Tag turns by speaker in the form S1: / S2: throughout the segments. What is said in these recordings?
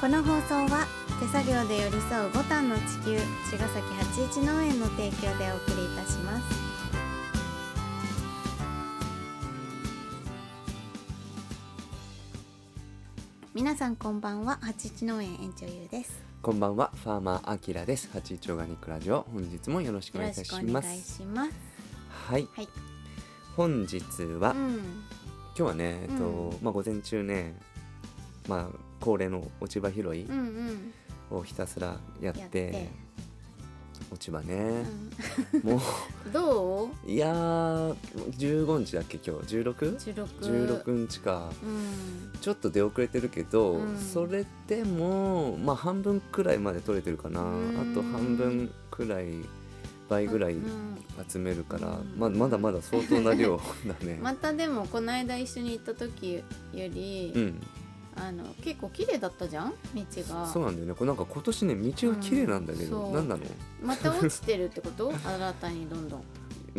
S1: この放送は手作業で寄り添うボタンの地球茅ヶ崎八一農園の提供でお送りいたします皆さんこんばんは八一農園園長ゆうです
S2: こんばんは、ファーマーあきらです。八一オーガニックラジオ、本日もよろしくお
S1: よ
S2: 願い
S1: ろ
S2: いた
S1: し
S2: し
S1: くお
S2: ま
S1: 願い
S2: す。
S1: します
S2: はい、
S1: はい
S2: 本日は、
S1: う
S2: 今
S1: ん
S2: 日はね、えっと、
S1: うん
S2: まあ、午前中ね。まあ、恒例の落ち葉拾い
S1: うんうん
S2: をひたすらやって。
S1: やって
S2: 落ち葉
S1: う
S2: ね、
S1: ん
S2: も
S1: どう
S2: う、いやー、15日だっけ、今日、十六。
S1: 十六
S2: 十六日か。
S1: うん
S2: ちょっと出遅れてるけど、
S1: うん
S2: それでもまあ半分くらいまで取れてるかな、
S1: うん
S2: あと半分くらい倍ぐらい
S1: うん
S2: 集めるから、
S1: うん
S2: ままだまだ相当な量だね。
S1: またでもこの間一緒に行った時より、
S2: うん、
S1: あの結構綺麗だったじゃん道が
S2: そうなんだよね。これなんか今年ね道が綺麗なんだけど、
S1: うん
S2: なんなの？
S1: また落ちてるってこと 新たにどんど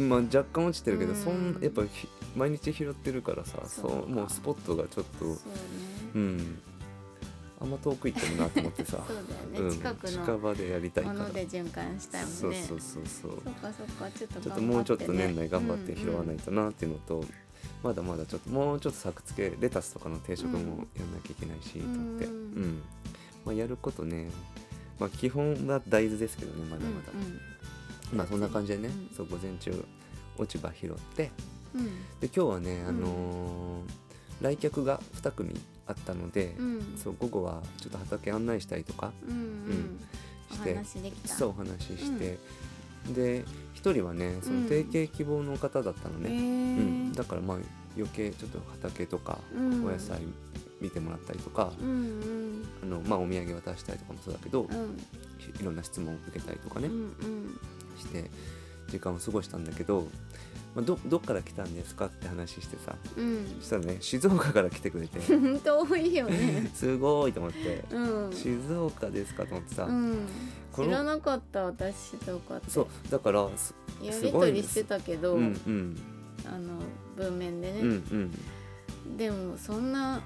S1: ん
S2: まあ若干落ちてるけど、
S1: うん
S2: そんやっぱひ毎日拾ってるからさ、
S1: そ
S2: そうう
S1: か
S2: もうスポットがちょっ
S1: そ
S2: と
S1: うね、、
S2: うん、あんま遠く行ってもなと思ってさ
S1: そうだよね、
S2: うん
S1: 近く
S2: 近
S1: の
S2: 場でやりたいか
S1: も
S2: ら。
S1: ので循環したいもんね
S2: そうそうそうそう。
S1: そうかそうかちょっと
S2: ちょっと
S1: 頑
S2: も
S1: 張
S2: う
S1: って
S2: ちょっと
S1: ね
S2: 年内頑張って拾わない
S1: うん
S2: となっていうのと、まだまだちょっともうちょっと作付けレタスとかの定食もやんなきゃいけないし、
S1: うん
S2: と思って、
S1: う
S2: うんんまあ、やることね、まあ、基本は大豆ですけどねまだまだ、まあそんな感じでね、
S1: うん
S2: そう午前中落ち葉拾って
S1: うん
S2: で今日はね、あのー来客が2組あったので、
S1: うんうん
S2: そう午後はちょっと畑案内したりとか
S1: うんうんお
S2: して
S1: 話できた
S2: そうお話しして、で1人はねその提携希望の方だったのね、
S1: へえ
S2: うん、だからまあ余計ちょっと畑とか
S1: うん
S2: お野菜見てもらったりとか、
S1: うんうん
S2: あのまあ、お土産渡したりとかもそうだけど、
S1: うん
S2: いろんな質問を受けたりとか
S1: う
S2: ね、
S1: んうん
S2: して時間を過ごしたんだけど、まあ、どどっから来たんですかって話してさ
S1: うん
S2: そしたらね静岡から来てく れて
S1: 本当多いよ ね
S2: すごいと思って
S1: うん
S2: 静岡ですかと思ってさ、
S1: うん、
S2: この
S1: 知らなかった私静岡って
S2: そうだからす
S1: や
S2: す
S1: り
S2: ご
S1: と
S2: いで
S1: り
S2: す
S1: してたけど、
S2: うんうん
S1: あの文面で
S2: う
S1: ね、
S2: んうん
S1: でもそんな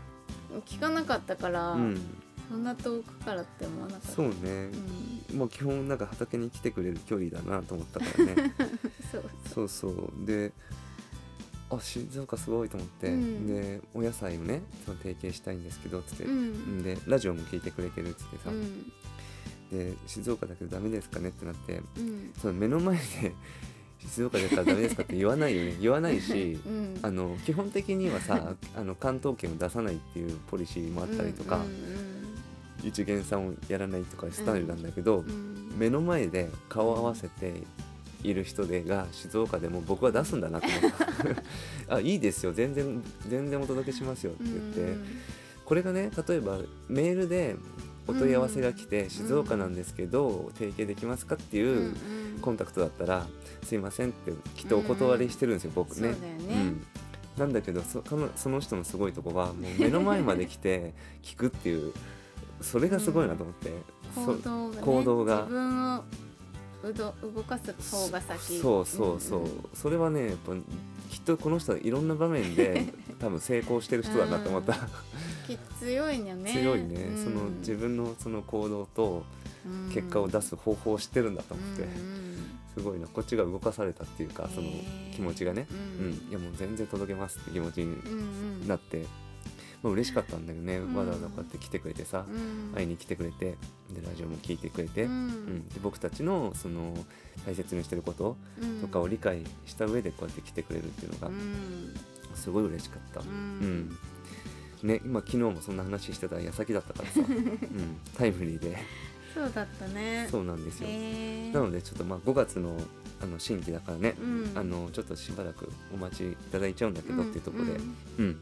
S1: 聞かなかったから、
S2: うん
S1: そんな遠くからって思わなかった
S2: そう
S1: う、
S2: ね、
S1: ん、
S2: もう基本なんか畑に来てくれる距離だなと思ったからね
S1: そう
S2: そうそうであ静岡すごいと思って、
S1: うん
S2: でお野菜をねその提携したいんですけどっつって、
S1: うん
S2: でラジオも聞いてくれてるっつって
S1: う
S2: さ、
S1: ん
S2: で静岡だけどダメですかねってなって
S1: うん
S2: その目の前で 静岡だからダメですかって言わない よね言わないし
S1: うん
S2: あの基本的にはさあの関東圏を出さないっていうポリシーもあったりとか、
S1: うん
S2: 一元さんをやらないとかスタイルなんだけど、
S1: うんうん
S2: 目の前で顔を合わせている人でが静岡でも僕は出すんだなと思った あいいですよ全然全然お届けしますよって言って、これがね例えばメールでお問い合わせが来て、静岡なんですけど提携できますかって
S1: うんう
S2: いうんコンタクトだったら、すいませんってきっとお断りしてるんですよ、僕
S1: そうだ
S2: ね
S1: よ。ね、
S2: うんなんだけどそ彼女その人のすごいとこはもう目の前まで来て聞くっていうそれがすごいなと思って、
S1: 行
S2: そ
S1: 動が、ね、
S2: 行動が
S1: 自分をうど動かす方が先
S2: そうそうそう、それはねやっぱきっとこの人はいろんな場面で 多分成功してる人だなと思った、
S1: き強いよね
S2: 強いね、
S1: うん
S2: その自分のその行動と結果を出す方法を知ってるんだと思って、
S1: うんうん
S2: すごいなこっちが動かされたっていうかその
S1: へー
S2: 気持ちがね、
S1: う
S2: うん
S1: ん
S2: いやもう全然届けますって気持ちに
S1: うんうん
S2: なって、まあ嬉しかったんだよね、
S1: うん
S2: わざわざこうやって来てくれてさ、
S1: うん
S2: 会いに来てくれてでラジオも聞いてくれて、
S1: う
S2: うん
S1: ん
S2: で僕たちのその大切にしてること
S1: うん
S2: とかを理解した上でこうやって来てくれるっていうのが
S1: うん
S2: すごい嬉しかった、
S1: う
S2: うん
S1: ん
S2: ね今昨日もそんな話してた矢先だった からさ、うん、タイムリーで
S1: そうだったね
S2: そうなんですよ、
S1: へー
S2: なのでちょっとまあ5月のあの新規だからね、
S1: うん
S2: あのちょっとしばらくお待ちいただいちゃうんだけどっていうところで、
S1: う
S2: うん
S1: ん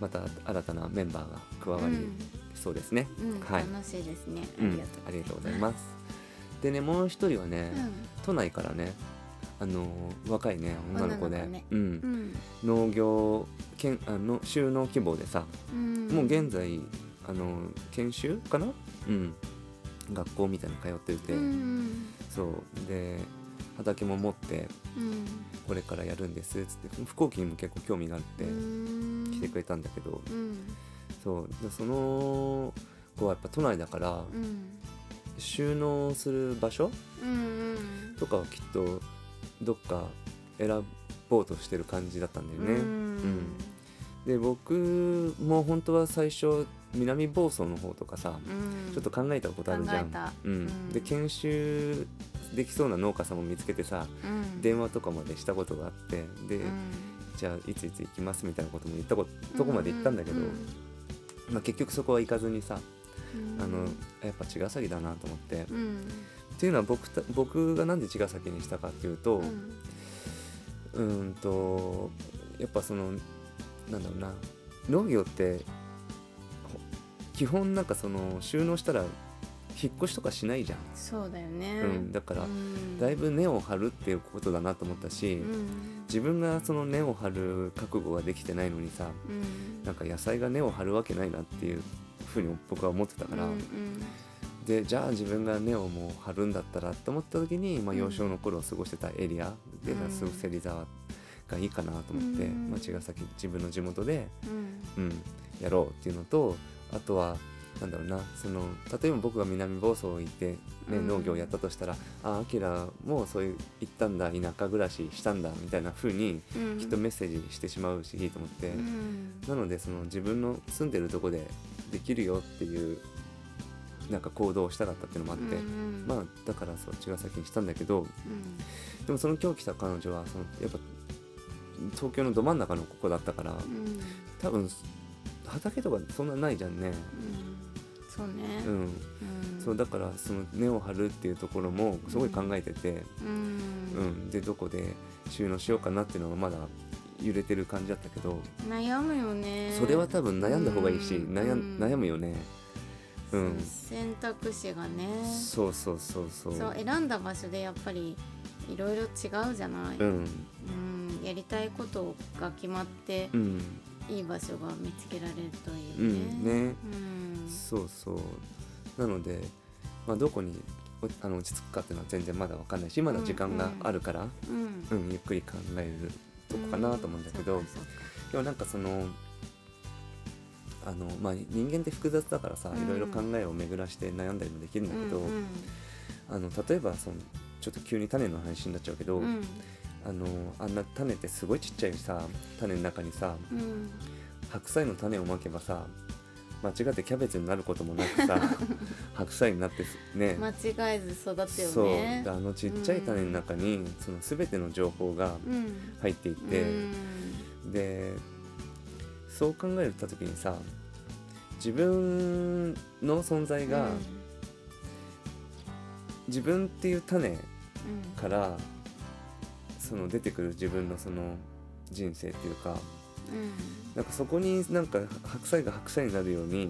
S2: また新たなメンバーが加わ
S1: う
S2: り
S1: ん
S2: そうですね、
S1: うん
S2: はい、
S1: 楽しいですねあ
S2: う
S1: り
S2: ん
S1: がとう、
S2: ありがとうございますでねもう一人はね、都内からねあの若いね女の子で
S1: 女の子ね
S2: うん
S1: う、ん
S2: 農業けんあの収納希望でさ、
S1: うん
S2: もう現在あの研修かな、うん、学校みたいなの通ってて、
S1: うん
S2: そうで畑も持って
S1: うん
S2: これからやるんですっつって飛行機にも結構興味があって
S1: うん
S2: 来てくれたんだけど、
S1: うん
S2: そうでその構やっぱ都内だから
S1: うん
S2: 収納する場所
S1: うん
S2: とかをきっとどっか選ぼうとしてる感じだったんだ
S1: う
S2: よ
S1: ん
S2: ね。
S1: うん
S2: で僕も本当は最初南房総の方とかさ、
S1: うん
S2: ちょっと考えたことあるじゃ
S1: 考え
S2: ん
S1: た。
S2: うん、で研修できそうな農家さんも見つけてさ
S1: うん
S2: 電話とかまでしたことがあってで、
S1: うん
S2: じゃあいついつ行きますみたいなことも言ったこととこまで行ったんだけど、
S1: うん
S2: まあ、結局そこは行かずにさ
S1: うん
S2: あのやっぱ茅ヶ崎だなと思って。
S1: うん
S2: っていうのは僕た僕がなんで茅ヶ崎にしたかっていう
S1: う
S2: と、
S1: ん
S2: うーんとやっぱそのなんだろうな農業ってほ基本なんかその収納したら引っ越しとかしないじゃん、
S1: そうだよね
S2: うんだから
S1: うん
S2: だいぶ根を張るっていうことだなと思ったし、
S1: うん
S2: 自分がその根を張る覚悟ができてないのにさ
S1: うん
S2: なんか野菜が根を張るわけないなっていうふうに僕は思ってたから、
S1: うんうん
S2: でじゃあ自分が根をもう張るんだったらと思った時に、まあ、
S1: うん
S2: 幼少の頃を過ごしてたエリアで、
S1: うん
S2: すごく芹沢がいいかなと思って、
S1: うん
S2: まあ、茅ヶ崎自分の地元で、
S1: うん
S2: うん、やろうっていうのとあとはなんだろうなその例えば僕が南房総行って、ね
S1: うん
S2: 農業をやったとしたら「ああきらもそういう行ったんだ田舎暮らししたんだ」みたいな風に
S1: うん
S2: きっとメッセージしてしまうしいいと思って。
S1: うん
S2: なのでその自分の住んでるとこでできるよっていうなんか行動をしたかったっていうのもあって、
S1: うん
S2: まあだからそう茅ヶ崎にしたんだけど
S1: うん
S2: でもその今日来た彼女はそのやっぱ東京のど真ん中のここだったから
S1: うん
S2: 多分畑とかそんなないじゃんね。
S1: うんそうね
S2: うん、
S1: うん
S2: そうだからその根を張るっていうところもすごい考えてて、
S1: う
S2: うん
S1: ん
S2: でどこで収納しようかなっていうのがまだ揺れてる感じだったけど、
S1: 悩むよね
S2: それは多分悩んだ方がいいし、
S1: うん
S2: 悩ん悩むよね。うん
S1: 選択肢がね
S2: そうそうそうそう。
S1: そう選んだ場所でやっぱりいろいろ違うじゃない、
S2: うん
S1: うんやりたいことが決まって
S2: うん
S1: いい場所が見つけられるというい
S2: ん
S1: ね。
S2: ね、
S1: うん
S2: そうそうなので、まあ、どこにおあの落ち着くかっていうのは全然まだわかんないしまだ時間があるから、
S1: うん
S2: うんゆっくり考えるとこかなと思うんだけど、
S1: そうか
S2: でもなんかそのあの、まあ、人間って複雑だからさ、
S1: うん
S2: いろいろ考えを巡らして悩んだりもできるんだけど、
S1: そうか
S2: あの例えばそのちょっと急に種の話になっちゃうけど、
S1: うんうん
S2: あのあんな種ってすごいちっちゃいさ種の中にさ
S1: うん
S2: 白菜の種をまけばさ間違ってキャベツになることもなくさ白菜になってすね
S1: 間違えず育つよ
S2: そう
S1: ね
S2: で。あのちっちゃい種の中に、その全ての情報が
S1: うん
S2: 入っていって、でそう考えた時にさ自分の存在が、自分っていう種からその出てくる自分のその人生っていうかなんかそこになんか白菜が白菜になるように、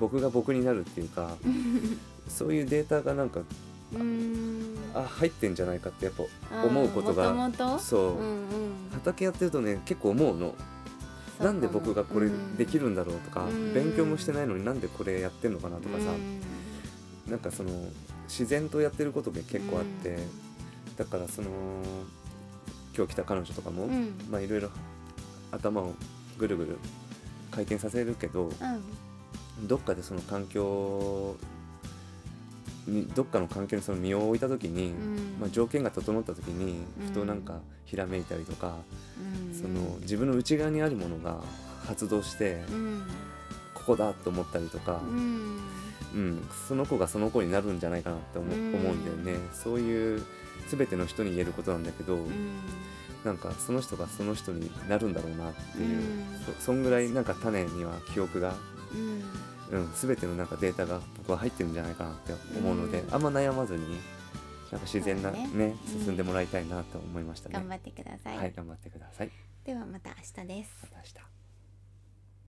S2: 僕が僕になるっていう かそういうデータがなんかあ入ってんじゃないかってやっぱ思うことが
S1: もともと
S2: そう、
S1: うんうん
S2: 畑やってるとね結構思うの
S1: そうかも
S2: なんで僕がこれできるんだろうとか、
S1: うん
S2: 勉強もしてないのになんでこれやってんのかなとかさ、
S1: うん
S2: なんかその自然とやってることが結構あって、
S1: うん
S2: だからその今日来た彼女とかも、
S1: うん
S2: まあいろいろ頭をぐるぐる回転させるけど、
S1: うん
S2: どっかでその環境にどっかの環境にその身を置いた時に、
S1: うん
S2: まあ、条件が整った時に
S1: うん
S2: ふとなんかひらめいたりとか、
S1: うん
S2: その自分の内側にあるものが発動して、
S1: うん
S2: ここだと思ったりとか、
S1: うん
S2: うんその子がその子になるんじゃないかなって思,、
S1: うん
S2: 思うんだよねそういう全ての人に言えることなんだけど、
S1: うん
S2: なんかその人がその人になるんだろうなっていう、
S1: うん
S2: そそんぐらいなんか種には記憶が
S1: うん
S2: うん、全てのなんかデータが僕は入ってるんじゃないかなって思うので、
S1: うん
S2: あんま悩まずになんか自然な、
S1: そうだ
S2: ね
S1: ねうん
S2: 進んでもらいたいなと思いましたね。
S1: 頑張ってください、
S2: はい、頑張ってください。
S1: ではまた明日です
S2: また明日